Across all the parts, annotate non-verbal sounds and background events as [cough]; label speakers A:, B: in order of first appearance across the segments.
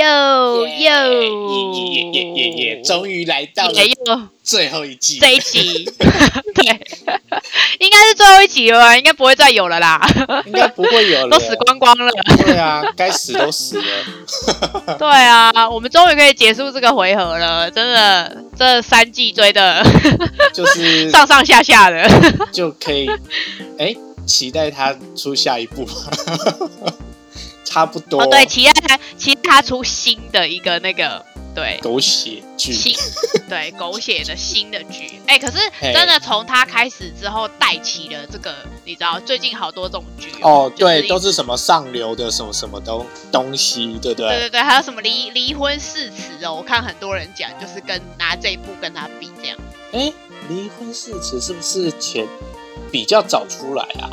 A: 哦哟
B: 耶耶耶耶耶耶！
A: 哟，
B: 终于来到了
A: 也又
B: 最后一季，
A: 这一集，对，应该是最后一集了吧，应该不会再有了啦，
B: 应该不会有了，
A: 都死光光了。
B: 对啊，该死都死了。
A: 对啊，我们终于可以结束这个回合了，真的，这三季追的
B: 就是
A: 上上下下的，
B: 就可以，哎、期待他出下一部， [laughs] 差不多，
A: 哦，对，期待他，期待他出新的一个那个，对，
B: 狗血剧，
A: 新，对，狗血的新的剧。哎、可是
B: 嘿
A: 真的从他开始之后带起了这个，你知道，最近好多这种剧
B: 哦，对，都
A: 是
B: 是什么上流的什么什么东东西，对不
A: 一。对
B: 对？
A: 对对，还有什么离离婚誓词哦？我看很多人讲，就是跟拿这一部跟他比这样。
B: 哎，离婚誓词是不是前比较早出来啊？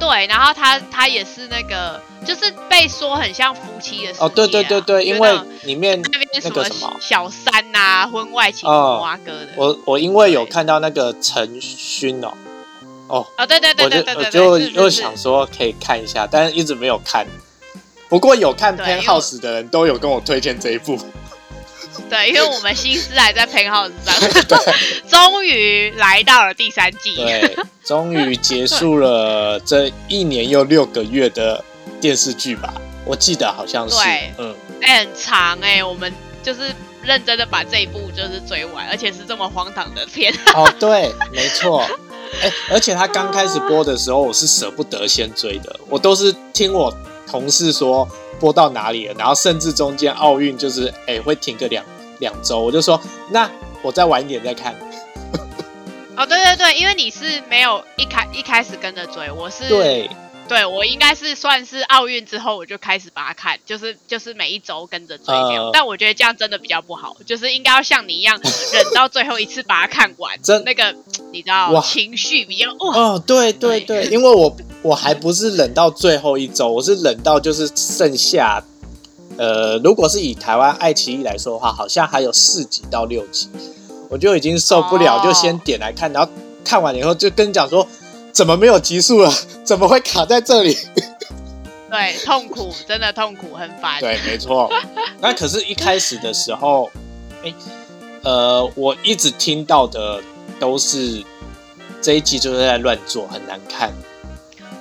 A: 对，然后他他也是那个，就是被说很像夫妻的世界啊、
B: 哦，对对对对，
A: 就
B: 因
A: 那
B: 为
A: 种
B: 里面
A: 那边
B: 那
A: 什
B: 个
A: 么
B: 什么
A: 小三呐、婚外情、
B: 哦
A: 瓜哥的。
B: 我我因为有看到那个陈勋哦，哦，
A: 哦，对对对
B: 我就
A: 对对对，
B: 我就是
A: 是
B: 又
A: 是
B: 想说可以看一下，但是一直没有看。不过有看
A: 对因为
B: Penthouse 的人都有跟我推荐这一
A: [laughs]
B: 部，
A: 对，因为我们心思还在 Penthouse
B: [laughs]
A: 上，终于来到了第三季。
B: 对，终于结束了这一年又六个月的电视剧吧，我记得好像是
A: 对，
B: 嗯，
A: 哎、很长哎、我们就是认真的把这一部就是追完，而且是这么荒唐的片。
B: 哦，对，没错。哎、而且他刚开始播的时候，我是舍不得先追的，我都是听我同事说播到哪里了，然后甚至中间奥运就是哎、会停个两两周，我就说那我再晚一点再看。
A: 哦，对对对，因为你是没有一开一开始跟着追，我是
B: 对，
A: 对我应该是算是奥运之后我就开始把它看，就是就是每一周跟着追这样。
B: 呃
A: 但我觉得这样真的比较不好，就是应该要像你一样忍
B: [laughs]
A: 到最后一次把它看完，
B: 真
A: 那个你知道
B: 哇
A: 情绪比较哇。
B: [laughs] 哦，对对对，因为我我还不是冷到最后一周，我是冷到就是剩下，呃，如果是以台湾爱奇艺来说的话，好像还有四集到六集，我就已经受不了，
A: 哦
B: 就先点来看，然后看完了以后就跟你讲说，怎么没有集数了？ [laughs] 怎么会卡在这里？ [laughs]
A: 对，痛苦真的痛苦，很烦。
B: 对，没错。那可是，一开始的时候，哎、呃，我一直听到的都是这一集就是在乱做，很难看。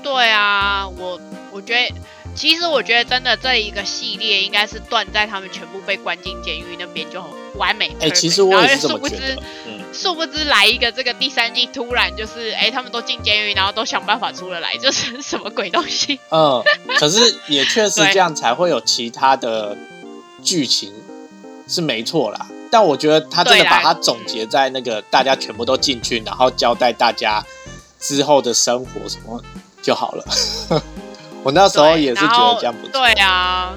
A: 对啊，我我觉得，其实我觉得真的这一个系列应该是断在他们全部被关进监狱那边就很完美。
B: 哎、
A: perfect
B: 其实我也
A: 然
B: 是
A: 后
B: 这
A: 就殊不
B: 么觉
A: 知
B: 得，，嗯。
A: 殊不知来一个这个第三季，突然就是哎、他们都进监狱，然后都想办法出得来，就是什么鬼东
B: [laughs]
A: 西？
B: 嗯，可是也确实
A: 对
B: 这样才会有其他的剧情，是没错啦。但我觉得他真的
A: 对啊啦
B: 把它总结在那个大家全部都进去，然后交代大家之后的生活什么就好了。 [laughs] 我那时候
A: 对
B: 也是
A: 然
B: 觉
A: 后
B: 得这样不错。
A: 对啊，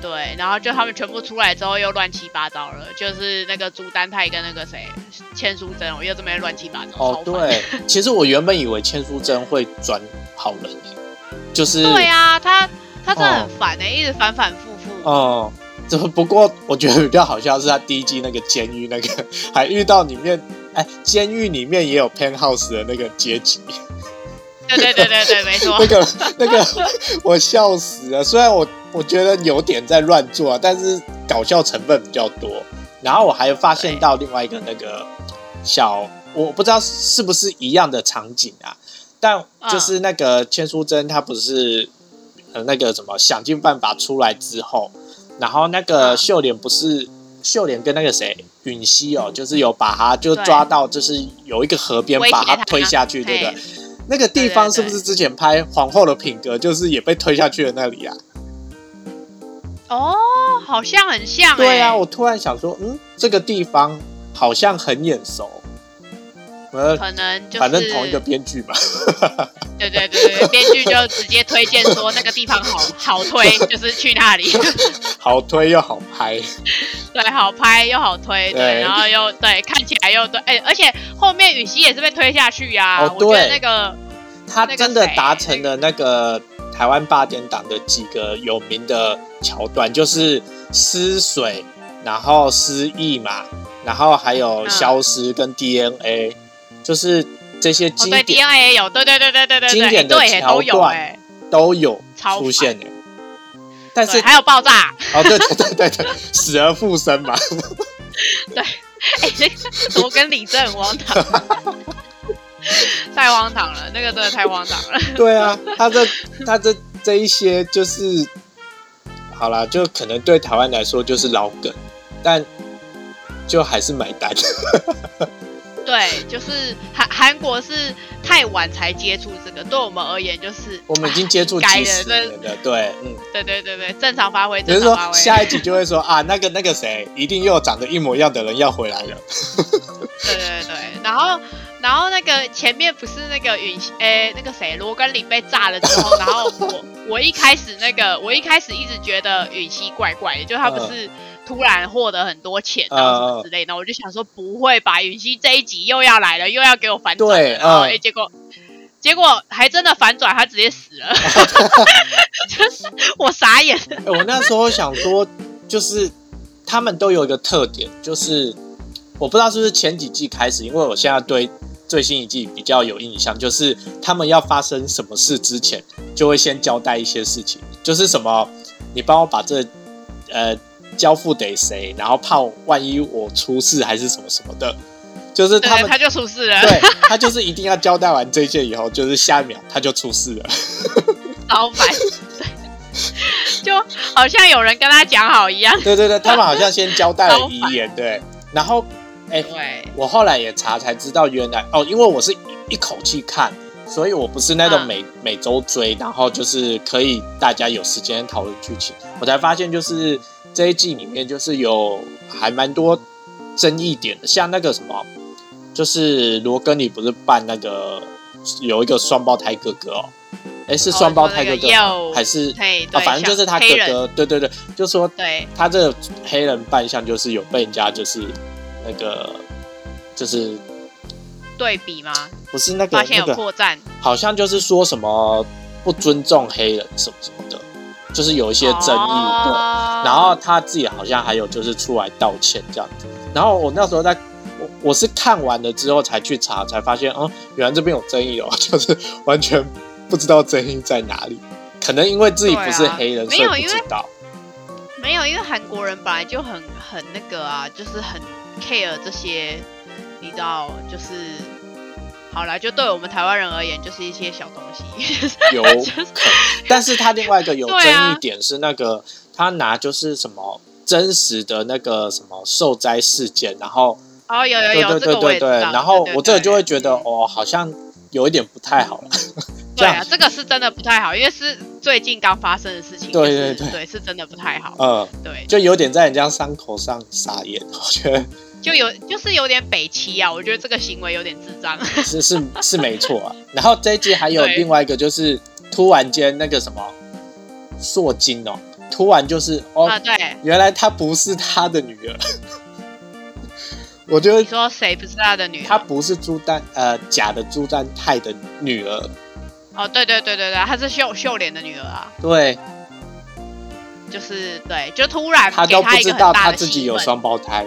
A: 对，然后就他们全部出来之后又乱七八糟了，就是那个朱丹泰跟那个谁千淑珍，我又这么乱七八糟。
B: 哦，
A: 超烦
B: 对，其实我原本以为千淑珍会转好人欸、就是
A: 对啊，他他真的
B: 哦
A: 很烦哎、一直反反复复。
B: 哦，这不过我觉得比较好笑的是他第一季那个监狱那个，还遇到里面，哎，监狱里面也有 penthouse 的那个阶级，
A: 对对对对对，没错
B: [laughs] 那。个那个我笑死了。虽然我我觉得有点在乱做啊，但是搞笑成分比较多。然后我还发现到另外一个那个小，我不知道是不是一样的场景啊，但
A: 嗯
B: 就是那个千淑珍她不是呃那个什么想尽办法出来之后，然后那个
A: 嗯
B: 秀莲不是秀莲跟那个谁允熙哦，就是有把她就
A: 对
B: 抓到，就是有一个河边
A: 威胁
B: 把她
A: 她
B: 推下去，对不对
A: 嘿？
B: 那个地方是不是之前拍《皇后的品格》就是也被推下去的那里啊？
A: 哦，好像很像哎、
B: 对啊，我突然想说，嗯，这个地方好像很眼熟，呃，
A: 可能就是
B: 反正同一个编剧吧。 [laughs]
A: 对对对对，编剧就直接推荐说那个地方好好
B: [laughs]
A: 推，就是去那里，
B: 好推又好拍，
A: 对，好拍又好推，
B: 对
A: 对，然后又对看起来又对，哎、而且后面雨熙也是被推下去呀、
B: 哦
A: 我觉得那
B: 对
A: 个
B: 他
A: 那个
B: 真的
A: 谁
B: 达成了那个台湾八点档的几个有名的桥段，就是失水，然后失忆嘛，然后还有
A: 嗯
B: 消失跟 DNA，、就是这些
A: 哦
B: 经
A: 对
B: 典
A: DNA 哎也有，对对对对对对对，
B: 经典的
A: 对都有
B: 桥段
A: 哎、
B: 都有
A: 超
B: 出现的、但是
A: 对，还有爆炸， [laughs]
B: [laughs] 哦，对对对对对，死而复生嘛，
A: 哎、那个我跟李正很荒唐，
B: [laughs]
A: 太荒唐了，那个真的太荒唐了。
B: 对啊，他这他这这一些就是，好啦，就可能对台湾来说就是老梗，但就还是买单。 [laughs]
A: 对，就是韩韩国是太晚才接触这个，对我们而言就是
B: 我们已经接触
A: 该
B: 几
A: 了
B: 十年了，对，嗯，
A: 对对对对，正常发挥，
B: 比如
A: 正常
B: 说
A: [laughs] 发挥。
B: 下一集就会说啊，那个那个谁，一定又长得一模一样的人要回来了，
A: 对对对，然后然后那个前面不是那个允诶、那个谁罗根林被炸了之后，然后我我一开始那个我一开始一直觉得允熙怪怪的，就他不
B: 嗯
A: 是突然获得很多钱然后什么之类的，我就想说不会吧，允熙这一集又要来了，又要给我反转了，
B: 对
A: 然后
B: 嗯
A: 诶、结果。结果还真的反转，他直接死
B: [laughs]
A: 了，就是我傻眼。
B: 欸我那时候想说，就是他们都有一个特点，就是我不知道是不是前几季开始，因为我现在对最新一季比较有印象，就是他们要发生什么事之前，就会先交代一些事情，就是什么，你帮我把这呃交付给谁，然后怕万一我出事还是什么什么的，就是他
A: 对，
B: 们
A: 他就出事了， [laughs]
B: 对他就是一定要交代完这些以后，就是下一秒他就出事了。 [laughs]
A: 老板，对， [laughs] 就好像有人跟他讲好一样。
B: 对对对，他们好像先交代了
A: 超
B: 遗言，对，然后哎、
A: 对，
B: 我后来也查才知道，原来哦，因为我是一一口气看，所以我不是那种
A: 嗯
B: 每、每周追，然后就是可以大家有时间讨论剧情，我才发现就是这一季里面就是有还蛮多争议点的，像那个什么，就是罗根里不是扮那个有一个双胞胎哥哥哦，哎是
A: 哦
B: 双胞
A: 你
B: 胎
A: 说
B: 哥
A: 那
B: 哥
A: 个
B: 吗、
A: Yale，
B: 还是
A: 嘿，
B: 啊
A: 对，
B: 反正就是他
A: 小
B: 哥
A: 黑人，
B: 哥，对对对，就说
A: 对，
B: 他这个黑人扮相就是有被人家就是那个就是
A: 对比吗？
B: 不是那个
A: 发现
B: 那
A: 有
B: 个
A: 破绽，
B: 好像就是说什么不尊重黑人什么什么的，就是有一些争议。对，
A: 哦
B: 然后他自己好像还有就是出来道歉这样子。然后我那时候在。我我是看完了之后才去查，才发现，哦、原来这边有争议哦， [laughs] 就是完全不知道争议在哪里。可能因为自己不是
A: 对啊
B: 黑人，
A: 没
B: 所以
A: 有
B: 不
A: 因
B: 知
A: 为
B: 道。
A: 没有，因为韩国人本来就很很那个啊，就是很 care 这些，你知道，就是好啦，就对我们台湾人而言，就是一些小东西。 [laughs]
B: 有可能，但是他另外一个有
A: 对
B: 争
A: 啊
B: 议点是那个、他拿就是什么真实的那个什么受灾事件，然后
A: 哦，有有
B: 对
A: 有，
B: 对
A: 这
B: 对
A: 个我也
B: 对
A: 知
B: 对，
A: 道。
B: 然后
A: 对
B: 我
A: 对
B: 这个
A: 对
B: 就会觉得哦，好像有一点不太好了，这
A: 对
B: 样
A: 啊，这个是真的不太好，因为是最近刚发生的事情。
B: 对
A: 就是
B: 对对
A: 对，是真的不太好。
B: 嗯，
A: 对，
B: 就有点在人家伤口上撒盐， [laughs] 我觉得
A: 就有就是有点北齐啊，我觉得这个行为有点智障。
B: 是是是没错
A: [laughs]
B: 啊。然后这一集还有
A: 对
B: 另外一个就是突然间那个什么硕金哦，突然就是
A: [laughs]
B: 哦，
A: 啊，对，
B: 原来她不是他的女儿， [laughs] 我觉
A: 你
B: 得
A: 说谁不是他的女儿？
B: 她不是朱丹呃假的朱丹泰的女儿，
A: 哦，对对对对对，她是秀秀莲的女儿啊，
B: 对
A: 就是对，就突然
B: 她
A: 给
B: 都不
A: 她一
B: 知
A: 个
B: 道
A: 很
B: 她
A: 大的
B: 自己
A: 戏
B: 有
A: 份，
B: 双胞胎，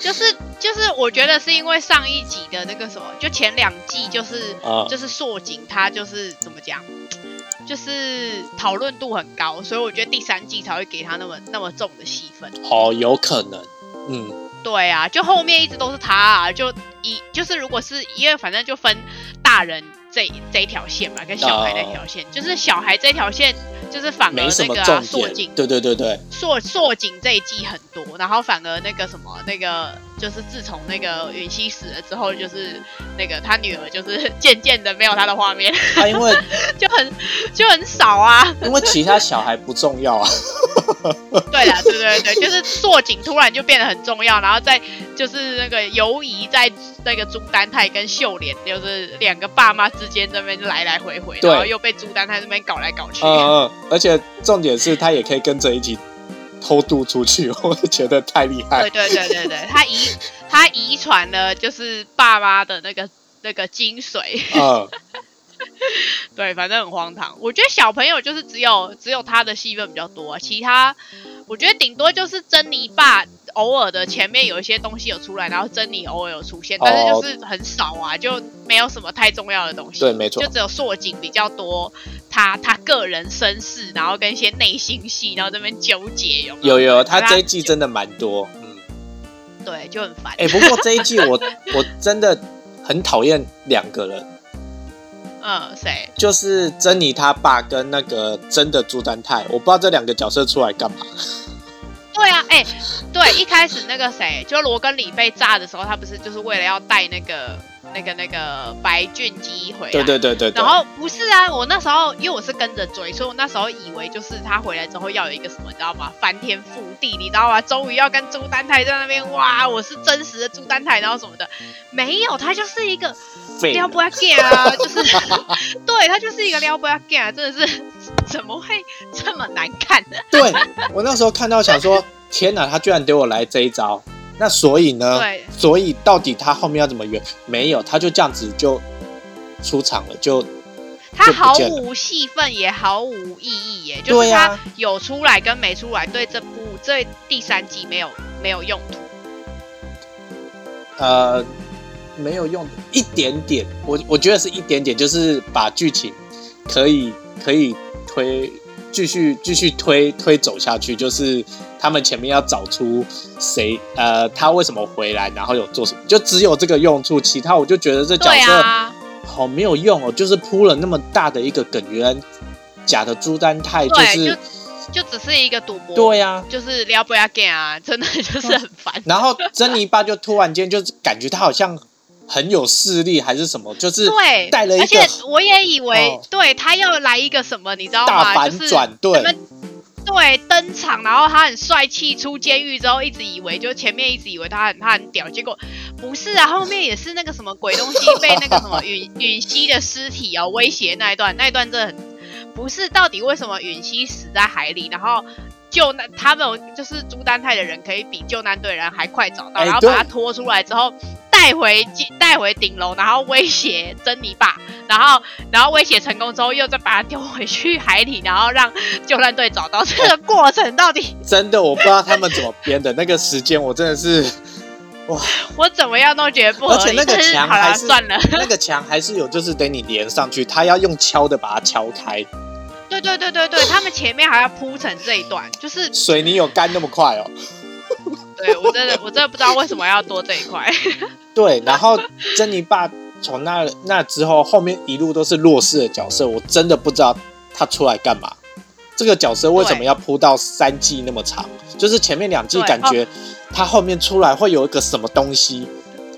A: 就是就是我觉得是因为上一集的那个什么，就前两季就是、
B: 啊
A: 就是硕景她就是怎么讲，就是讨论度很高，所以我觉得第三季才会给她那么那么重的戏份。
B: 哦有可能，嗯
A: 对啊，就后面一直都是他、啊，就一就是如果是因为反正就分大人这这一条线嘛，跟小孩那条线，就是小孩这条线就是反而
B: 哦没什
A: 那
B: 么
A: 个啊，
B: 重
A: 硕
B: 点
A: 景，
B: 对对对对，
A: 硕硕景这一季很多，然后反而那个什么那个就是自从那个允熙死了之后，就是那个他女儿就是渐渐的没有他的画面， [laughs]
B: 啊因为
A: 就很就很少啊。
B: 因为其他小孩不重
A: [laughs]
B: 要啊，
A: 对啦，对对对，就是坐井突然就变得很重要，然后再就是那个游移在那个朱丹泰跟秀莲，就是两个爸妈之间这边来来回回，
B: 对
A: 然后又被朱丹泰这边搞来搞去。
B: 嗯嗯，而且重点是她也可以跟着一起偷渡出去，我也觉得太厉害
A: 对，对对对对，他遗他遗传了就是爸妈的那个那个精髓，
B: 嗯
A: 对，反正很荒唐。我觉得小朋友就是只有只有他的戏份比较多、啊，其他我觉得顶多就是珍妮爸偶尔的前面有一些东西有出来，然后珍妮偶尔有出现，但是就是很少啊，就没有什么太重要的东西。
B: 哦对没错
A: 就只有硕景比较多，他他个人身世，然后跟一些内心戏，然后这边纠结有没
B: 有
A: [laughs]
B: 有，他这一季
A: 就
B: 真的蛮多，嗯，
A: 对就很烦。
B: 哎、不过这一季我 [laughs] 我真的很讨厌两个人，
A: 嗯，谁？
B: 就是珍妮她爸跟那个真的朱丹泰，我不知道这两个角色出来干嘛。
A: 对啊，哎、对，一开始那个谁，就罗根里被炸的时候，他不是就是为了要带那个那个那个白俊基回来？
B: 对对对对对
A: 啊然，后不是啊，我那时候因为我是跟着追，所以我那时候以为就是他回来之后要有一个什么，你知道吗？翻天覆地，你知道吗？终于要跟朱丹泰在那边哇，我是真实的朱丹泰，然后什么的，没有，他就是一个
B: 废
A: 撩
B: 了
A: 不要 g 啊，就是 [laughs] 对他就是一个撩不要 g 啊，真的是 [laughs] 怎么会这么难看呢？
B: 对我那时候看到想说，
A: [laughs]
B: 天哪，他居然给我来这一招。那所以呢？
A: 对
B: 所以到底他后面要怎么圆？没有，他就这样子就出场了，就
A: 他
B: 就不
A: 毫
B: 见了
A: 无戏份，也毫无意义，耶，就是
B: 对啊呀、
A: 他有出来跟没出来，对这部这第三季没有没有用途。
B: 呃，没有用一点点，我我觉得是一点点，就是把剧情可以可以推继续继续推推走下去，就是他们前面要找出谁呃他为什么回来，然后有做什么，就只有这个用处，其他我就觉得这角
A: 对
B: 色、
A: 啊，
B: 好没有用哦，就是铺了那么大的一个梗，原来假的朱丹泰就
A: 对，
B: 是
A: 就就只是一个赌博，
B: 对嗯呀、啊。
A: 就是撩不要 g 啊，真的就是很烦。 [laughs]
B: 然后珍妮爸就突然间就是感觉他好像很有势力还是什么，就是
A: 对，
B: 带了一
A: 而且
B: 个
A: 我也以为，
B: 哦
A: 对他要来一个什么，你知道
B: 大
A: 吗？
B: 反
A: 就是
B: 转，
A: 什
B: 对
A: 么对登场，然后他很帅气，出监狱之后一直以为，就前面一直以为他很他很屌，结果不是啊，后面也是那个什么鬼东西被那个什么 [laughs] 允允熙的尸体哦威胁那一段，那一段真的很不是，到底为什么允熙死在海里，然后救难他们就是朱丹泰的人可以比救难队的人还快找到，
B: 哎
A: 然后把
B: 对
A: 他拖出来之后。带回带回顶楼，然后威胁珍妮爸，然后然后威胁成功之后，又再把他丢回去海里，然后让救难队找到。
B: 哦
A: 这个过程到底
B: 真的我不知道他们怎么编的，那个时间我真的是 [laughs]
A: 我怎么样都觉得不合理。
B: 而且那个
A: 但 [laughs] 是
B: 墙
A: 好
B: 还
A: 了，
B: 是
A: 算了。
B: 那个墙还是有，就是等你连上去，他要用敲的把它敲开，
A: 对对对对对，他们前面还要铺成这一段，
B: [laughs]
A: 就是
B: 水泥有干那么快哦？
A: 对我真的我真的不知道为什么要多这一
B: [laughs]
A: 块。
B: 对，然后珍妮爸从那那之后，后面一路都是弱势的角色，我真的不知道他出来干嘛。这个角色为什么
A: 对
B: 要铺到三季那么长？就是前面两季
A: 对哦
B: 感觉他后面出来会有一个什么东西，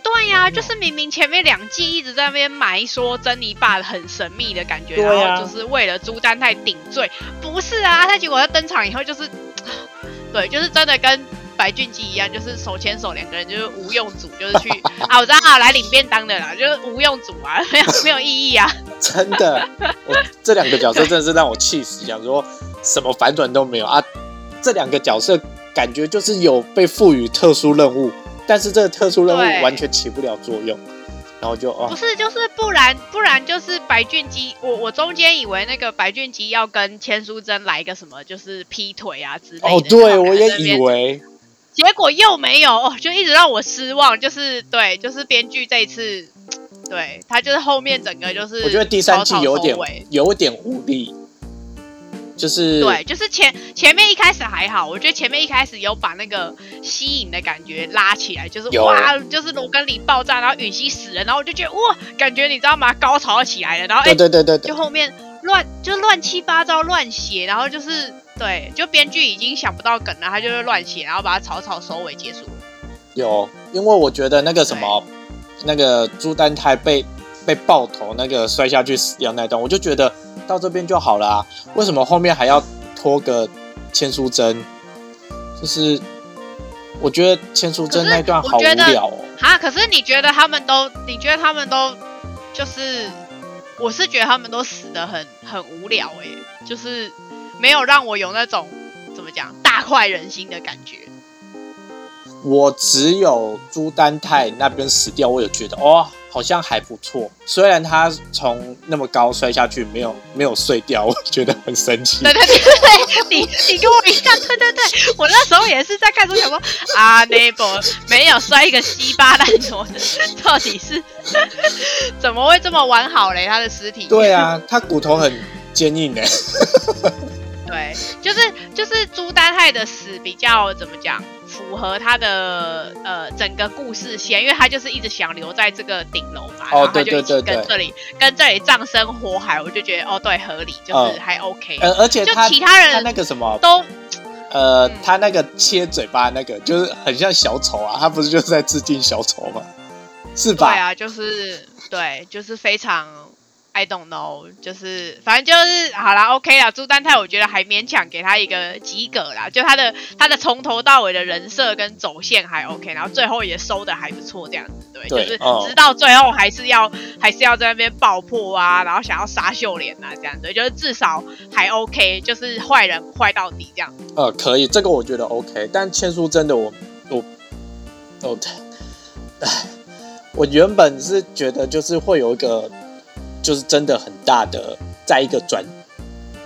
A: 对呀、就是明明前面两季一直在那边埋说珍妮爸很神秘的感觉，
B: 对啊
A: 然后就是为了朱丹泰顶罪，不是啊？他结果他登场以后就是， [sighs] 对，就是真的跟白俊基一样，就是手牵手两个人就是无用组，就是
B: [laughs]
A: 去啊，我知道啊来领便当的啦，就是无用组啊，没有没有意义啊。
B: 真的，我这两个角色真的是让我气死，想说什么反转都没有啊！这两个角色感觉就是有被赋予特殊任务，但是这个特殊任
A: 对
B: 务完全起不了作用，然后就哦
A: 不，是，就是不然，不然就是白俊基，我我中间以为那个白俊基要跟千淑珍来一个什么，就是劈腿啊之类的。
B: 哦，
A: 然
B: 对
A: 后
B: 我
A: 两个人
B: 也
A: 在那边
B: 以为，
A: 结果又没有，哦，就一直让我失望。就是对，就是编剧这一次，对他就是后面整个就是
B: 我觉得第三季
A: 草草
B: 有
A: 收
B: 点
A: 尾
B: 有点无力，就是
A: 对，就是前前面一开始还好，我觉得前面一开始有把那个吸引的感觉拉起来，就是
B: 有
A: 哇，就是罗根里爆炸，然后允熙死了，然后我就觉得哇，感觉你知道吗？高潮要起来了，然后哎
B: 对，对对对对
A: 就后面乱就乱七八糟乱写，然后就是对，就编剧已经想不到梗了，他就是乱写，然后把它草草收尾结束。
B: 有，因为我觉得那个什么，那个朱丹泰被被爆头那个摔下去死掉那一段，我就觉得到这边就好了、啊，为什么后面还要拖个千淑珍？就是我觉得千淑珍
A: 可是
B: 那一段
A: 我
B: 好无
A: 觉得
B: 聊哦。
A: 啊，可是你觉得他们都，你觉得他们都就是，我是觉得他们都死的很很无聊诶、就是没有让我有那种怎么讲大快人心的感觉。
B: 我只有朱丹泰那边死掉，我有觉得哇、哦，好像还不错，虽然他从那么高摔下去没有没有碎掉，我觉得很神奇。
A: 对对对对，对，你你跟我一样，对对对，我那时候也是在看，我想说啊，neighbor 没有摔一个稀巴烂什么的，到底是怎么会这么完好嘞？他的尸体
B: 对啊，他骨头很坚硬欸诶、
A: 对，就是就是朱丹泰的死比较怎么讲，符合他的呃整个故事线，因为他就是一直想留在这个顶楼嘛，然
B: 哦
A: 后他
B: 对
A: 就一
B: 对
A: 直
B: 对
A: 跟
B: 对
A: 这里跟这里葬身火海，我就觉得哦对，合理，就是
B: 嗯
A: 还 OK，、
B: 呃，而且
A: 就
B: 他
A: 其他
B: 他那
A: 人
B: 个什么
A: 都
B: 呃
A: 嗯，
B: 他那个切嘴巴那个就是很像小丑啊，他不是就是在致敬小丑吗？是
A: 对
B: 吧？
A: 啊，就是对，就是非常 I don't know，就是反正就是好啦 o、k 啦。朱丹泰我觉得还勉强给他一个及格啦，就他的他的从头到尾的人设跟走线还 OK，然后最后也收的还不错，这样子对，
B: 对
A: 就是
B: 哦
A: 直到最后还是要、还是要在那边爆破啊，然后想要杀秀莲啊这样子，就是至少还 OK，就是坏人不坏到底这样。
B: 呃，可以，这个我觉得 OK。但千书真的我，我我我，唉，我原本是觉得就是会有一个，就是真的很大的，在一个转，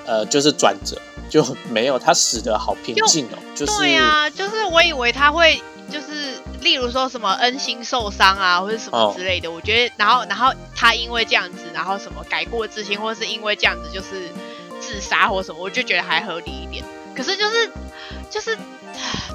B: 呃，就是转折，就没有他死的好平静哦，就是
A: 对啊呀、就是我以为他会就是，例如说什么恩星受伤啊，或者什么
B: 哦
A: 之类的。我觉得，然后然后他因为这样子，然后什么改过自新，或是因为这样子就是自杀或什么，我就觉得还合理一点。可是就是就是，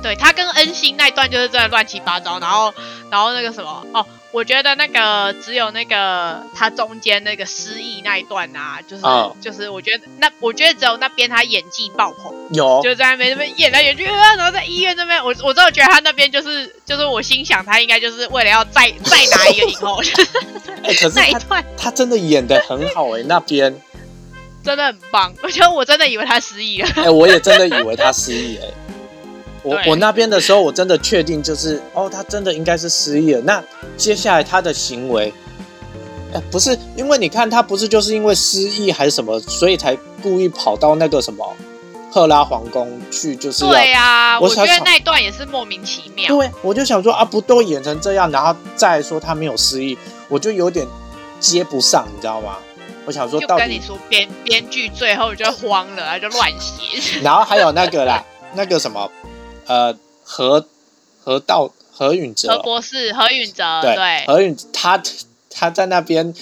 A: 对他跟恩星那一段就是真的乱七八糟，然后然后那个什么哦。我觉得那个只有那个他中间那个失忆那一段啊，就是、
B: 哦
A: 就是，我觉得那我觉得只有那边他演技爆棚，
B: 有
A: 就在那边那边演来演去，啊然后在医院那边，我我真的觉得他那边就是就是我心想他应该就是为了要再再拿一个影
B: [laughs]
A: 后，就是
B: 哎、可是
A: 那一
B: 他
A: 段
B: 他真的演的很好哎、那边
A: 真的很棒，我觉得我真的以为他失忆了，
B: 哎、我也真的以为他失忆哎、我
A: 对
B: 我那边的时候，我真的确定就是哦，他真的应该是失忆了。那接下来他的行为，哎、不是因为你看他不是就是因为失忆还是什么，所以才故意跑到那个什么赫拉皇宫去，就是要啊
A: 对呀、
B: 我
A: 我觉
B: 想
A: 得
B: 想
A: 那一段也是莫名其妙，
B: 对，我就想说啊，不都演成这样，然后再说他没有失忆，我就有点接不上，你知道吗？我想说
A: 就
B: 到
A: 跟你
B: 底，
A: 说编编剧最后就慌了，他就乱
B: [laughs]
A: 写，
B: 然后还有那个啦，那个什么，呃，何何道何允哲，
A: 何博士何允哲对
B: 何允他他在那边，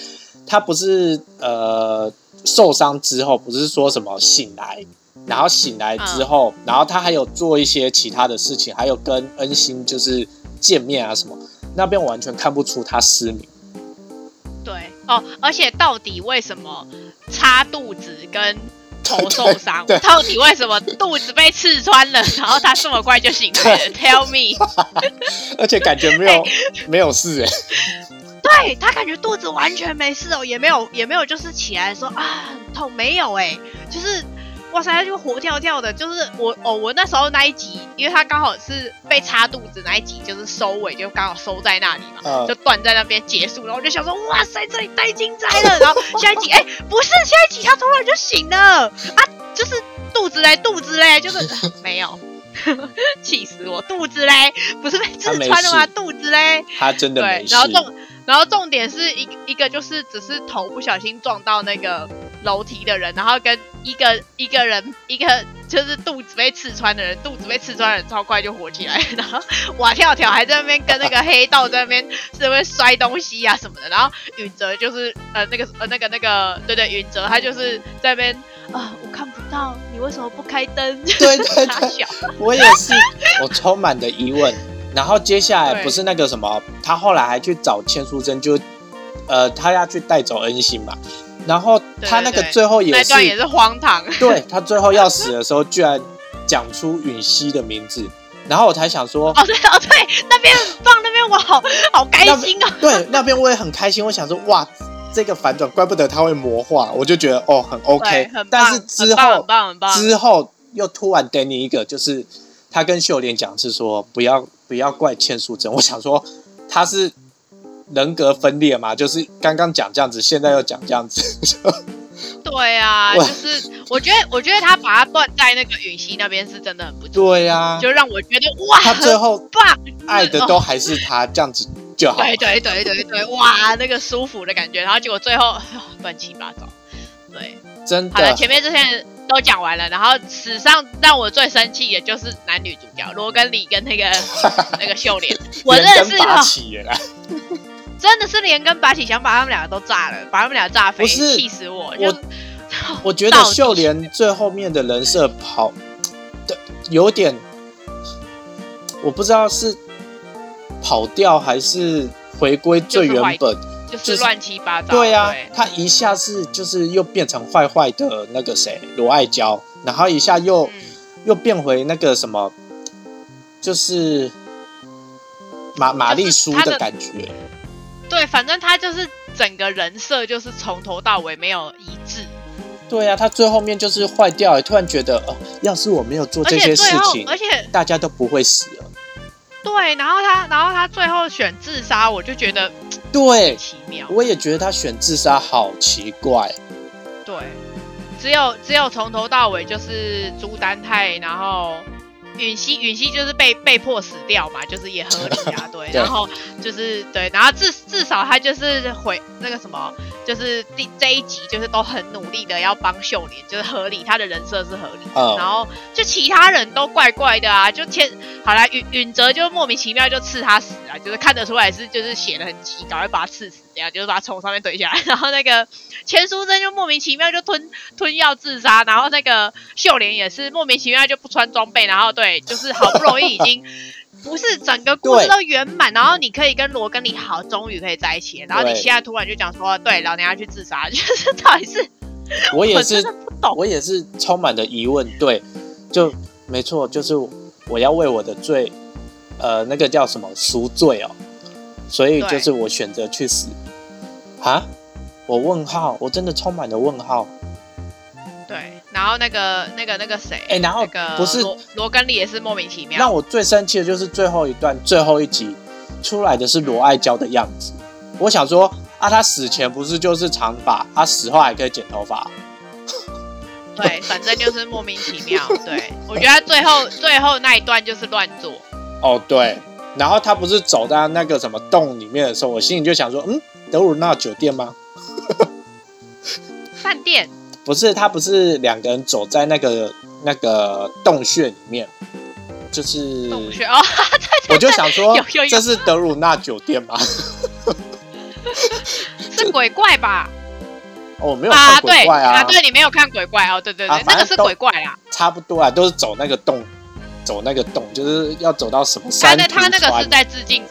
B: 他不是呃受伤之后，不是说什么醒来，然后醒来
A: 嗯
B: 之后，然后他还有做一些其他的事情，还有跟恩星就是见面啊什么，那边我完全看不出他失明。
A: 对哦，而且到底为什么擦肚子跟头受伤
B: [laughs] 对对，
A: 到底为什么肚子被刺穿了，然后他这么快就醒来
B: [laughs]
A: 了？Tell me。
B: 而且感觉
A: [laughs]
B: 没有没有事哎、
A: 对他感觉肚子完全没事哦，也没有也没有就是起来说啊很痛，没有哎、就是哇塞，他就活跳跳的，就是我哦，我那时候那一集，因为他刚好是被插肚子那一集，就是收尾就刚好收在那里嘛。
B: 呃
A: 就断在那边结束，然后我就想说，哇塞，这里太精彩了。然后下一集，哎、不是下一集，他突然就醒了啊，就是肚子嘞，肚子嘞，就是没有， [laughs] 气死我，肚子嘞，不是被
B: 他
A: 刺
B: 没
A: 穿了吗？
B: 事
A: 肚子嘞，
B: 他真的
A: 对
B: 没，事
A: 然。后重然后重点是一一个就是只是头不小心撞到那个楼梯的人，然后跟一个一个人一个就是肚子被刺穿的人，肚子被刺穿的人超快就活起来， [laughs] 然后哇跳跳还在那边跟那个黑道在那边在那边摔东西啊什么的，然后允哲就是呃那个呃那个那个对对允哲他就是在那边啊、我看不到你为什么不开灯？
B: [laughs]
A: [laughs]
B: 对对
A: 傻
B: 对
A: 小
B: 我也
A: [laughs]
B: 是，我充满了疑问。然后接下来
A: 对
B: 不是那个什么，他后来还去找千书珍，就呃，他要去带走恩星嘛。然后他那
A: 对
B: 个
A: 对对
B: 最后也
A: 那一
B: 是，
A: 段也是荒唐，
B: 对他最后要死的时候，居然讲出允熙的名字，然后我才
A: [laughs]
B: 想说，
A: 哦对哦对，那边很棒，那边我好好开
B: 那
A: 心哦。
B: 对，那边我也很开心，我想说，哇，这个反转，怪不得他会魔化，我就觉得哦，很 OK
A: 对，。很棒
B: 但是之
A: 很棒
B: 后
A: 很棒很棒，
B: 之后又突然给你一个，就是他跟秀莲讲是说不要不要怪千淑珍。我想说他是人格分裂嘛，就是刚刚讲这样子，现在又讲这样子， [laughs]
A: 对啊，就
B: 哇
A: 是我觉得我觉得他把它断在那个允熙那边是真的很不错，
B: 对呀、啊
A: 就让我觉得哇，
B: 他最
A: 很
B: 后
A: 棒，
B: 爱的都还是他，这样子就好。
A: 对对对对对，哇，那个舒服的感觉，然后结果最后哎呦乱七八糟。对，
B: [laughs] 真
A: 好了，
B: 的，
A: 前面这些都讲完了，然后史上让我最生气的就是男女主角罗根里跟那
B: [laughs]
A: 个那个秀莲，我真的
B: 连
A: 是哦
B: 根拔起耶啦！
A: 真的是连根拔起，想把他们两个都炸了，把他们俩炸飞，
B: 不是
A: 气死我！
B: 我
A: 就
B: 我 [laughs] 觉得秀莲最后面的人设跑的有点，我不知道是跑掉还是回归最原本。
A: 就是乱七八糟。
B: 对呀、
A: 对
B: 他一下是就是又变成坏坏的那个谁罗爱娇，然后一下又、
A: 嗯，
B: 又变回那个什么，就是玛玛丽苏
A: 他
B: 的
A: 的
B: 感觉。
A: 对，反正他就是整个人设就是从头到尾没有一致，
B: 对啊，他最后面就是坏掉了，突然觉得哦，要是我没有做
A: 而
B: 这
A: 且
B: 些事
A: 最后
B: 情，
A: 而且
B: 大家都不会死了。
A: 对，然后他然后他最后选自杀，我就觉得
B: 对，
A: 奇妙。
B: 嗯我也觉得他选自杀好奇怪。
A: 对，只有只有从头到尾就是朱丹泰，然后允熙，允熙就是被被迫死掉嘛，就是也合理啊，对，
B: [laughs] 对
A: 然后就是对，然后至至少他就是回那个什么，就是第这一集就是都很努力的要帮秀莲，就是合理，他的人设是合理的，
B: 嗯
A: 然后就其他人都怪怪的啊，就天好啦，允允哲就莫名其妙就刺他死啊，就是看得出来是就是写的很急，赶快把他刺死，这样就是把他从上面怼下来。 [laughs] 然后那个钱淑珍就莫名其妙就吞吞药自杀，然后那个秀莲也是莫名其妙就不穿装备，然后对，就是好不容易已
B: [laughs]
A: 经不是整个故事都圆满，然后你可以跟罗跟你好，终于可以在一起了，然后你
B: 对
A: 现在突然就讲说，对，老娘要去自杀， [laughs] 就是到底是
B: 我也
A: 我真
B: 是
A: 的不懂，
B: 我也是充满了疑问。对，就没错，就是我要为我的罪，呃，那个叫什么赎罪哦，所以
A: 对
B: 就是我选择去死。啊，我问号，我真的充满了问号。
A: 对，然后那个那个那个谁，
B: 哎然后
A: 那个
B: 不是
A: 罗罗根里也是莫名其妙，
B: 让我最生气的就是最后一段，最后一集出来的是罗爱娇的样子。我想说啊，她死前不是就是长发，她死后还可以剪头发。
A: 对，反正就是莫名其
B: [laughs]
A: 妙。对，我觉得他最后最后那一段就是乱做。
B: 哦，对。然后她不是走到那个什么洞里面的时候，我心里就想说，嗯，德鲁纳酒店吗？
A: 饭店，
B: 不是，他不是两个人走在那个那个洞穴里面，就是
A: 洞穴哦，
B: 我就想
A: [laughs]
B: 说
A: 有有有，
B: 这是德鲁纳酒店吗？ [laughs]
A: 是鬼怪吧？
B: 哦，我没有
A: 啊，
B: 看
A: 对
B: 鬼怪啊，
A: 对，你没有看鬼怪哦，对对
B: 啊
A: 对，那
B: 反
A: 个
B: 正
A: 是
B: 都
A: 鬼怪啦。
B: 差不多啊，都是走那个洞，走那个洞，就是要走到什么
A: 他
B: 山
A: 那
B: 谷
A: 啊他那个是
B: 川
A: 在致敬，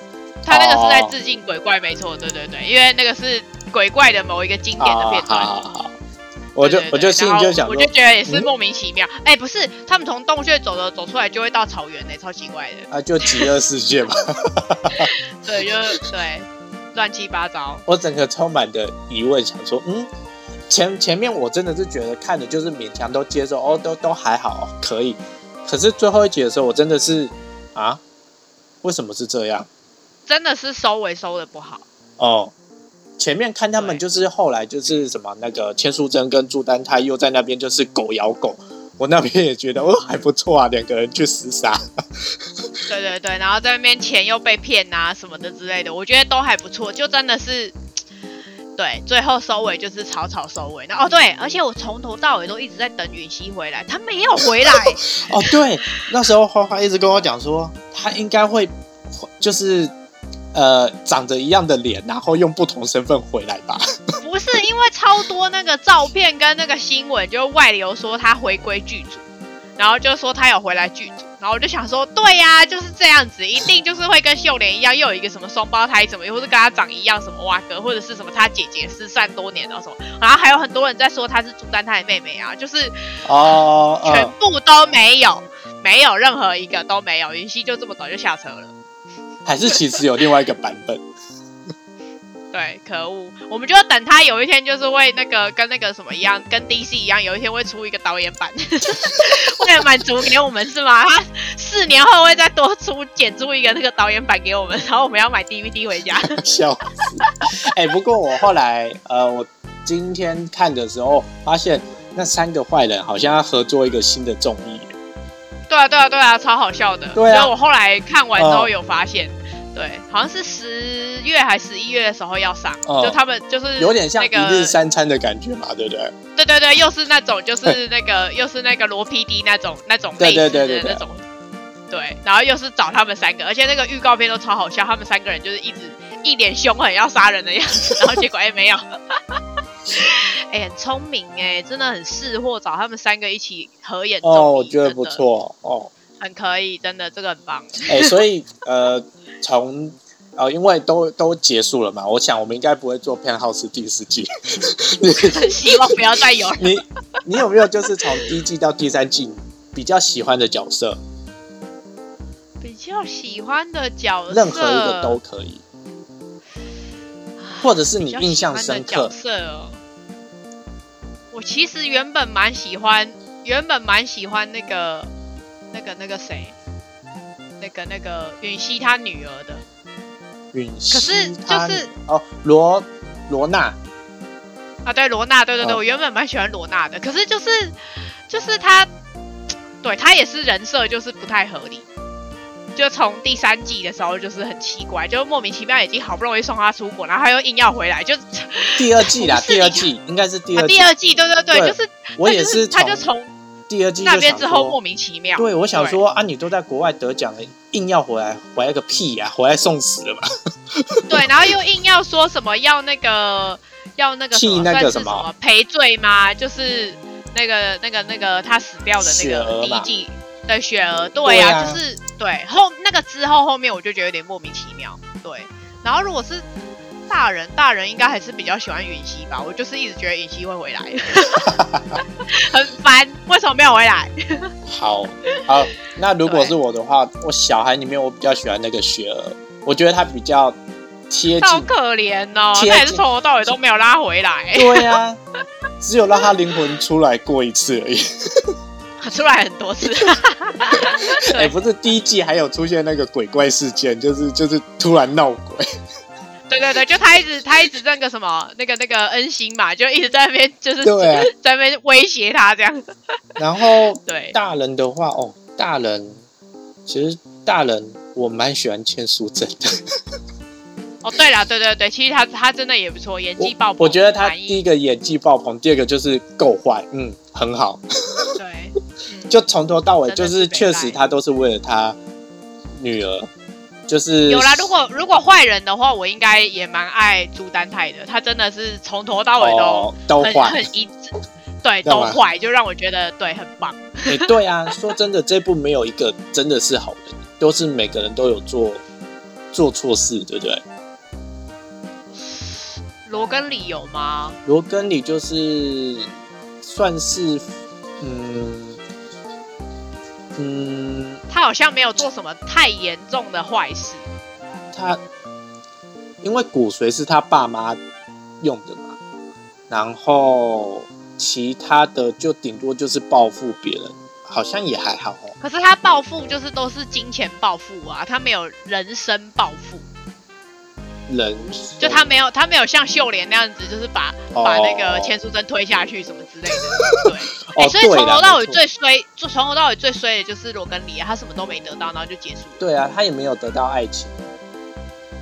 A: 他那个是在
B: 哦
A: 致敬鬼怪，没错，对对对，因为那个是鬼怪的某一个经典的
B: 啊
A: 片，
B: 好
A: 段。
B: 好好，我就
A: 对对对
B: 我就心里就想
A: 然后我
B: 说
A: 就，觉得也是
B: 嗯
A: 莫名其妙。哎、不是，他们从洞穴走的走出来就会到草原呢、欸超奇怪的。
B: 啊，就极乐世界吧，
A: 对，就是对，乱七八糟。
B: 我整个充满的疑问，想说，嗯。前前面我真的是觉得看的就是勉强都接受哦，都都还好，可以。可是最后一集的时候，我真的是啊，为什么是这样？
A: 真的是收尾收的不好。
B: 哦，前面看他们
A: 对
B: 就是后来就是什么那个千淑珍跟朱丹泰又在那边就是狗咬狗，我那边也觉得哦还不错啊，两个人去厮杀。
A: 对对对，然后在那边钱又被骗啊什么的之类的，我觉得都还不错，就真的是。对，最后收尾就是草草收尾。然后哦，对，而且我从头到尾都一直在等允熙回来，她没有回来。
B: 哦，对，那时候花花一直跟我讲说，他应该会就是呃长着一样的脸，然后用不同身份回来吧。
A: 不是因为超多那个照片跟那个新闻，就外流说她回归剧组，然后就说她有回来剧组，然后我就想说，对呀、就是这样子，一定就是会跟秀莲一样，又有一个什么双胞胎什么，或是跟她长一样什么哇哥，或者是什么她姐姐失散多年然后什么，然后还有很多人在说她是朱丹泰的妹妹啊，就是
B: [laughs] 哦，
A: 全
B: 呃，
A: 部都没有，没有任何一个都没有，云溪就这么早就下车了。
B: 还是其实有另外一个版本。 [laughs]
A: 对，可恶！我们就要等他有一天就是会那个跟那个什么一样，跟 DC 一样，有一天会出一个导演 [laughs] 版，为了满足给我们是吗？他四年后会再多出剪出一个那个导演版给我们，然后我们要买 DVD 回家。
B: 笑死！哎、不过我后来呃，我今天看的时候发现，那三个坏人好像要合作一个新的综艺耶。
A: 对啊，对啊，对啊，超好笑的。
B: 对啊
A: 所以我后来看完之后
B: 嗯
A: 有发现，对，好像是十月还十一月的时候要上，
B: 哦
A: 就他们就是
B: 有点像一
A: 嗯那个
B: 日三餐的感觉嘛，对不对？
A: 对对对，又是那种，就是那个，又是那个罗 PD 那种那种
B: 对
A: 类
B: 对
A: 似
B: 对
A: 的
B: 对对
A: 那种，对，然后又是找他们三个，而且那个预告片都超好笑，他们三个人就是一直一脸凶狠要杀人的样子，然后结果哎、没有， [laughs] 哎、很聪明哎、真的很识货，找他们三个一起合演
B: 哦，
A: 综艺
B: 我觉得
A: 真
B: 不
A: 的
B: 错哦。
A: 很可以，真的这个很棒， [laughs]
B: 哎、所以呃，从呃，因为都都结束了嘛，我想我们应该不会做《penthouse》第四季。
A: 希望不要再有了。
B: 你你有没有就是从第一季到第三季比较喜欢的角色？
A: 比较喜欢的角色，
B: 任何一个都可以，或者是
A: 比
B: 你
A: 较
B: 印
A: 喜
B: 象
A: 欢
B: 深
A: 的角
B: 刻
A: 色哦。我其实原本蛮喜欢，原本蛮喜欢那个那个那个谁，那个那个允熙她女儿的。
B: 允
A: 可是
B: 熙
A: 就
B: 她，
A: 是
B: 哦，罗罗娜，
A: 啊，对，罗娜，对对对，
B: 嗯
A: 我原本蛮喜欢罗娜的，可是就是就是她，对她也是人设就是不太合理，就从第三季的时候就是很奇怪，就莫名其妙已经好不容易送她出国，然后她又硬要回来，就、 [laughs] 啊、
B: 第二季啦，
A: 不是
B: 第二
A: 你啊
B: 季应该是第二季
A: 第，二季，对对对，
B: 对
A: 就是
B: 我
A: 她
B: 也
A: 就是她就从
B: 第二季
A: 那
B: 就
A: 边
B: 想
A: 之后
B: 说
A: 莫名其妙，
B: 对，我想
A: 对
B: 说啊，你都在国外得奖了，硬要回来，回来个屁呀、回来送死了吧？
A: [laughs] 对，然后又硬要说什么要那个要那个什
B: 气
A: 么
B: 那
A: 算
B: 个
A: 是
B: 什
A: 什
B: 么
A: 么赔罪吗？就是那个那个那个他死掉的那
B: 雪
A: 个
B: 儿
A: 第一
B: 嘛
A: 季的雪儿，对
B: 对
A: 呀、
B: 啊
A: 就是对后那个之后后面我就觉得有点莫名其妙，对。然后如果是大人，大人应该还是比较喜欢允熙吧，我就是一直觉得允熙会
B: [laughs]
A: 回来，很烦，为什么没有回来？
B: 好，好，那如果
A: 对
B: 是我的话，我小孩里面我比较喜欢那个雪儿，我觉得她比较贴
A: 好
B: 近。
A: 可怜哦，
B: 贴
A: 那也是
B: 近
A: 从头到尾都没有拉回来，
B: 对呀、只有让她灵魂出来过一次而已。
A: 出来很
B: [laughs]
A: 多次。
B: 哎、不是第一季还有出现那个鬼怪事件，就是就是突然闹鬼。
A: 对对对，就他一直他一直那个什么那个那个恩星嘛，就一直在那边就是
B: 对啊
A: [laughs] 在那边威胁他这样。
B: 然后
A: 对，
B: 大人的话，哦，大人其实大人我蛮喜欢千书真的。
A: 哦对啦，对对对，其实他他真的也不错，演技爆棚
B: 我觉得他
A: 满
B: 第
A: 意
B: 一个演技爆棚，第二个就是够坏，嗯，很好。
A: 对，嗯
B: 就从头到尾，就
A: 真的是
B: 是
A: 北
B: 确实
A: 赖
B: 他都是为了他女儿，就是
A: 有啦。如果如果坏人的话，我应该也蛮爱朱丹泰的，他真的是从头到尾都
B: 哦都
A: 很、 [laughs]
B: 坏，
A: 很一致，对，
B: 干
A: 都
B: 嘛
A: 坏，就让我觉得对很棒。
B: 哎，对啊。说真的，这部没有一个真的是好人，都是每个人都有做做错事，对不对？
A: 罗根里有吗？
B: 罗根里就是算是嗯嗯，
A: 他好像没有做什么太严重的坏事。
B: 他因为骨髓是他爸妈用的嘛，然后其他的就顶多就是报复别人，好像也还好哦。
A: 可是他暴富就是都是金钱暴富啊，他没有人生暴富，
B: 人
A: 嗯就他没有他没有像秀莲那样子，就是把、
B: 哦
A: 把那个钱淑贞推下去什么之类
B: [laughs]
A: 的。对，哎、
B: 哦，
A: 所以从
B: 对啦
A: 头到尾
B: 没错
A: 最衰，就从头到尾最衰的就是罗根里啊，他什么都没得到，然后就结束了。
B: 对啊，他也没有得到爱情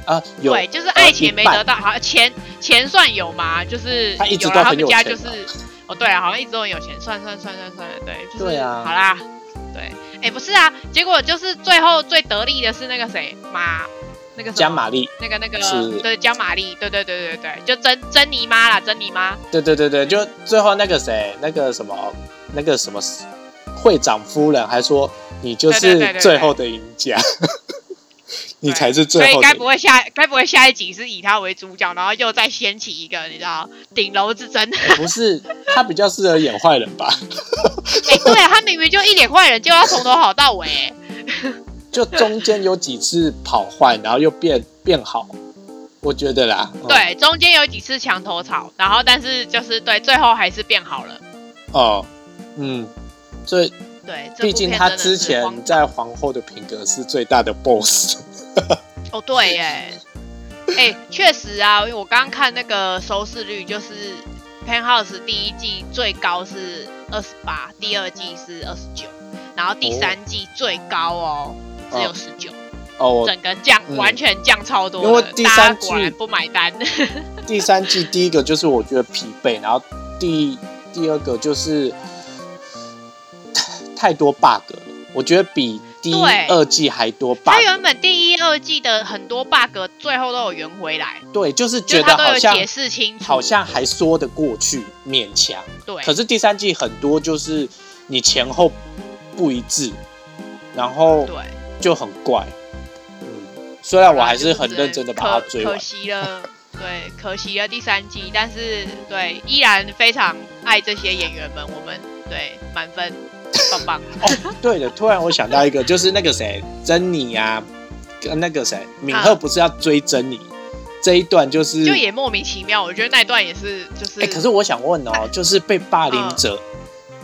B: 啊，有
A: 对，就是爱情也没得
B: 一
A: 到，好钱钱算有吗？就是
B: 他一直
A: 有
B: 都
A: 啦，他
B: 很
A: 们
B: 有
A: 家
B: 钱
A: 就是
B: 啊，
A: 哦，对啊，好像一直都很有钱，算算算算算，对，就是
B: 对啊
A: 好啦，对，哎，不是啊，结果就是最后最得利的是那个谁马，那个什么
B: 加玛丽，
A: 那个那个
B: 是
A: 对江玛丽，对对对对对，就珍珍妮妈啦，珍妮妈，
B: 对对对对，就最后那个谁，那个什么，那个什么会长夫人还说你就
A: 对对对对
B: 是
A: 对
B: 最后的赢家， [laughs] 你才是
A: 所
B: 最
A: 以
B: 后的
A: 该
B: 赢
A: 不会下该不会下一集是以她为主角，然后又再掀起一个你知道顶楼之争？ [laughs] 哎、
B: 不是，他比较适合演坏人吧？
A: 对啊，她明明就一脸坏人，就要从头好到尾、哎
B: 就中间有几次跑坏，然后又变变好，我觉得啦。嗯，
A: 对，中间有几次墙头草，然后但是就是对，最后还是变好了。
B: 哦，嗯，所以
A: 对，这
B: 毕
A: 部
B: 竟
A: 片
B: 他
A: 真的
B: 之
A: 是
B: 前
A: 荒
B: 在皇后的品格是最大的 boss。 [laughs]
A: 哦，对耶，哎，确实啊，因为我刚刚看那个收视率，就是《Penthouse》第一季最高是二十八，第二季是二十九，然后第
B: 哦
A: 三季最高哦，只有
B: 哦
A: 十九、
B: 哦，我
A: 整个降、
B: 嗯
A: 完全降超多的，
B: 因为第三
A: 大家果然
B: 季
A: 不买
B: [laughs]
A: 单。
B: 第三季第一个就是我觉得疲惫，然后第第二个就是太太多 bug 了，我觉得比第一
A: 对
B: 二季还多 bug
A: 它。原本第一、二季的很多 bug 最后都有圆回来，
B: 对，就是
A: 就
B: 觉
A: 是
B: 得
A: 它都
B: 好
A: 有
B: 像
A: 解释清楚。
B: 好像还说得过去，勉强。
A: 对，
B: 可是第三季很多就是你前后不一致，然后
A: 对，
B: 就很怪。嗯，虽然我还
A: 就是
B: 很
A: 只能
B: 认真的把它
A: 可
B: 追
A: 可
B: 完。
A: 惜了，对，可惜了第三季，但是对，依然非常爱这些演员们，我们对满分，棒棒。
B: 嗯对的，突然我想到一个，就是那个谁，珍妮啊，跟那个谁，敏赫不是要追珍妮、这一段，就是
A: 就也莫名其妙，我觉得那一段也是，就是、
B: 哎、可是我想问哦，就是被霸凌者，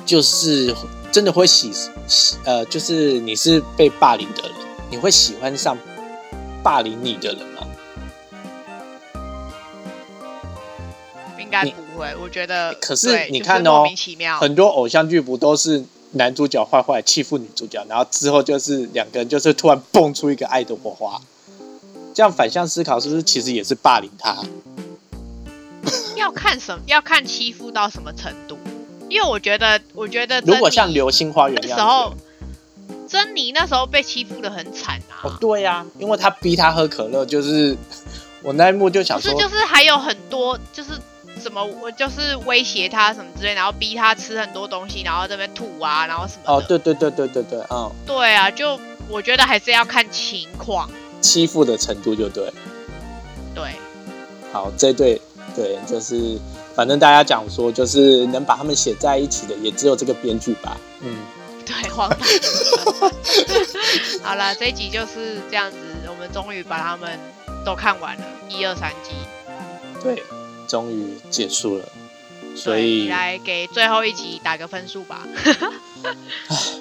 B: 就是真的会喜喜呃，就是你是被霸凌的人，你会喜欢上霸凌你的人吗？
A: 应该
B: 你哎
A: 不会，我觉得。
B: 可是
A: 对
B: 你
A: 就
B: 看哦
A: 莫名其妙，
B: 很多偶像剧不都是男主角坏坏欺负女主角，然后之后就是两个人就是突然蹦出一个爱的火花，这样反向思考是不是其实也是霸凌他？
A: 要看什么，要看欺负到什么程度，因为我觉得，我觉得
B: 如果
A: 珍妮
B: 像《流星花园》
A: 那
B: 一
A: 时
B: 样
A: 候
B: 子，，
A: 珍妮那时候被欺负的很惨啊。
B: 哦，对呀、因为他逼他喝可乐，就是我那一幕就想
A: 不
B: 说
A: 是，，就是还有很多，就是怎么我就是威胁他什么之类，然后逼他吃很多东西，然后这边吐啊，然后什么的。
B: 哦，对对对对对对，嗯，
A: 对啊，就我觉得还是要看情况。
B: 欺负的程度就对。
A: 对， [laughs]
B: 好，这对对就是，反正大家讲说就是能把他们写在一起的，也只有这个编剧吧。嗯，
A: 对，荒
B: [laughs]
A: 唐。好了，这一集就是这样子，我们终于把他们都看完了，一二三集。
B: 对，终于结束了。所
A: 对，你
B: 以
A: 来给最后一集打个分数吧。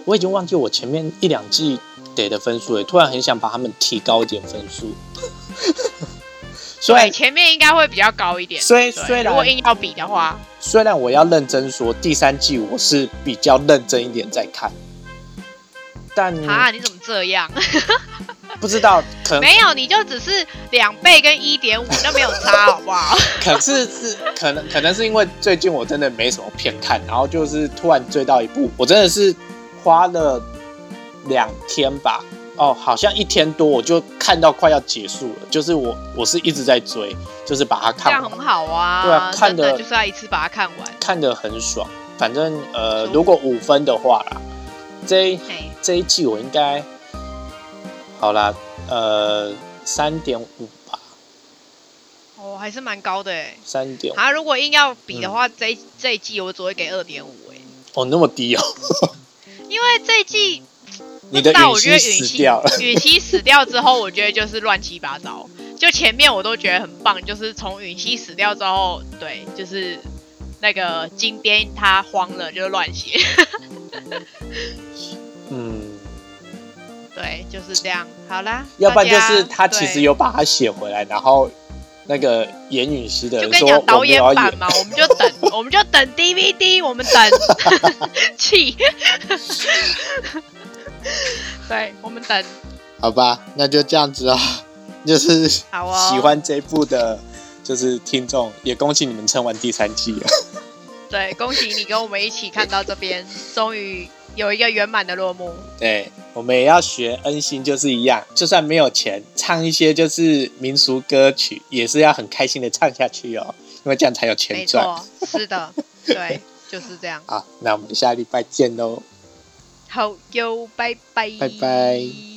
B: 我已经忘记我前面一两季给的分数了，突然很想把他们提高一点分
A: [laughs]
B: 数。虽
A: 对，
B: 然
A: 前面应该会比较高一点。
B: 虽
A: 对
B: 虽然
A: 如果硬要比的话，
B: 虽然我要认真说，第三季我是比较认真一点在看，但
A: 啊，你怎么这样？
B: 不知道可能
A: 没有，你就只是两倍跟一点五，那没有
B: [laughs]
A: 差，好不好？
B: 可是是可能可能是因为最近我真的没什么片看，然后就是突然追到一部，我真的是花了两天吧，哦，好像一天多，我就看到快要结束了，就是我我是一直在追，就是把它
A: 这样
B: 看完
A: 很，好啊。
B: 对啊看
A: 真的
B: 得
A: 就是要一次把它看完。
B: 看得很爽。反正呃
A: 舒，服
B: 如果五分的话啦，这一
A: 嘿，
B: 这一季我应该好啦，呃，三点五吧，
A: 哦，还是蛮高的哎。
B: 三点
A: 啊，如果硬要比的
B: 嗯
A: 话，这一这一季我只会给二点五哎，
B: 哦，那么低哦，
A: 因为这一季
B: 你的
A: 那
B: 允
A: 我觉得
B: 熙
A: 允
B: 死
A: 熙
B: 掉了。
A: 允熙死掉之后，我觉得就是乱七八糟。就前面我都觉得很棒，就是从允熙死掉之后，对，就是那个金边他慌了，就乱写， [laughs]
B: 嗯，
A: 对，就是这样。好啦，
B: 要不然就
A: 大家
B: 是他其
A: 对
B: 实有把它写回来，然后那个严允熙的
A: 就
B: 人
A: 跟你
B: 说
A: 讲
B: 我
A: 导
B: 没
A: 演
B: 有要演
A: 版，嘛，我们就
B: [laughs]
A: 等，我们就等 DVD，我们等气。对，我们等
B: 好吧，那就这样子啊、就是喜
A: 好哦
B: 欢这部的，就是听众也恭喜你们撑完第三季了。 [laughs]
A: 对，恭喜你跟我们一起看到这边，终于有一个圆满的落幕。
B: 对，我们也要学恩星，就是一样，就算没有钱，唱一些就是民俗歌曲，也是要很开心的唱下去哦，因为这样才有
A: 没
B: 钱赚。
A: 错，是的，对，就是这样。
B: 好，那我们下礼拜见喽。
A: 好，哟，拜拜，
B: 拜拜。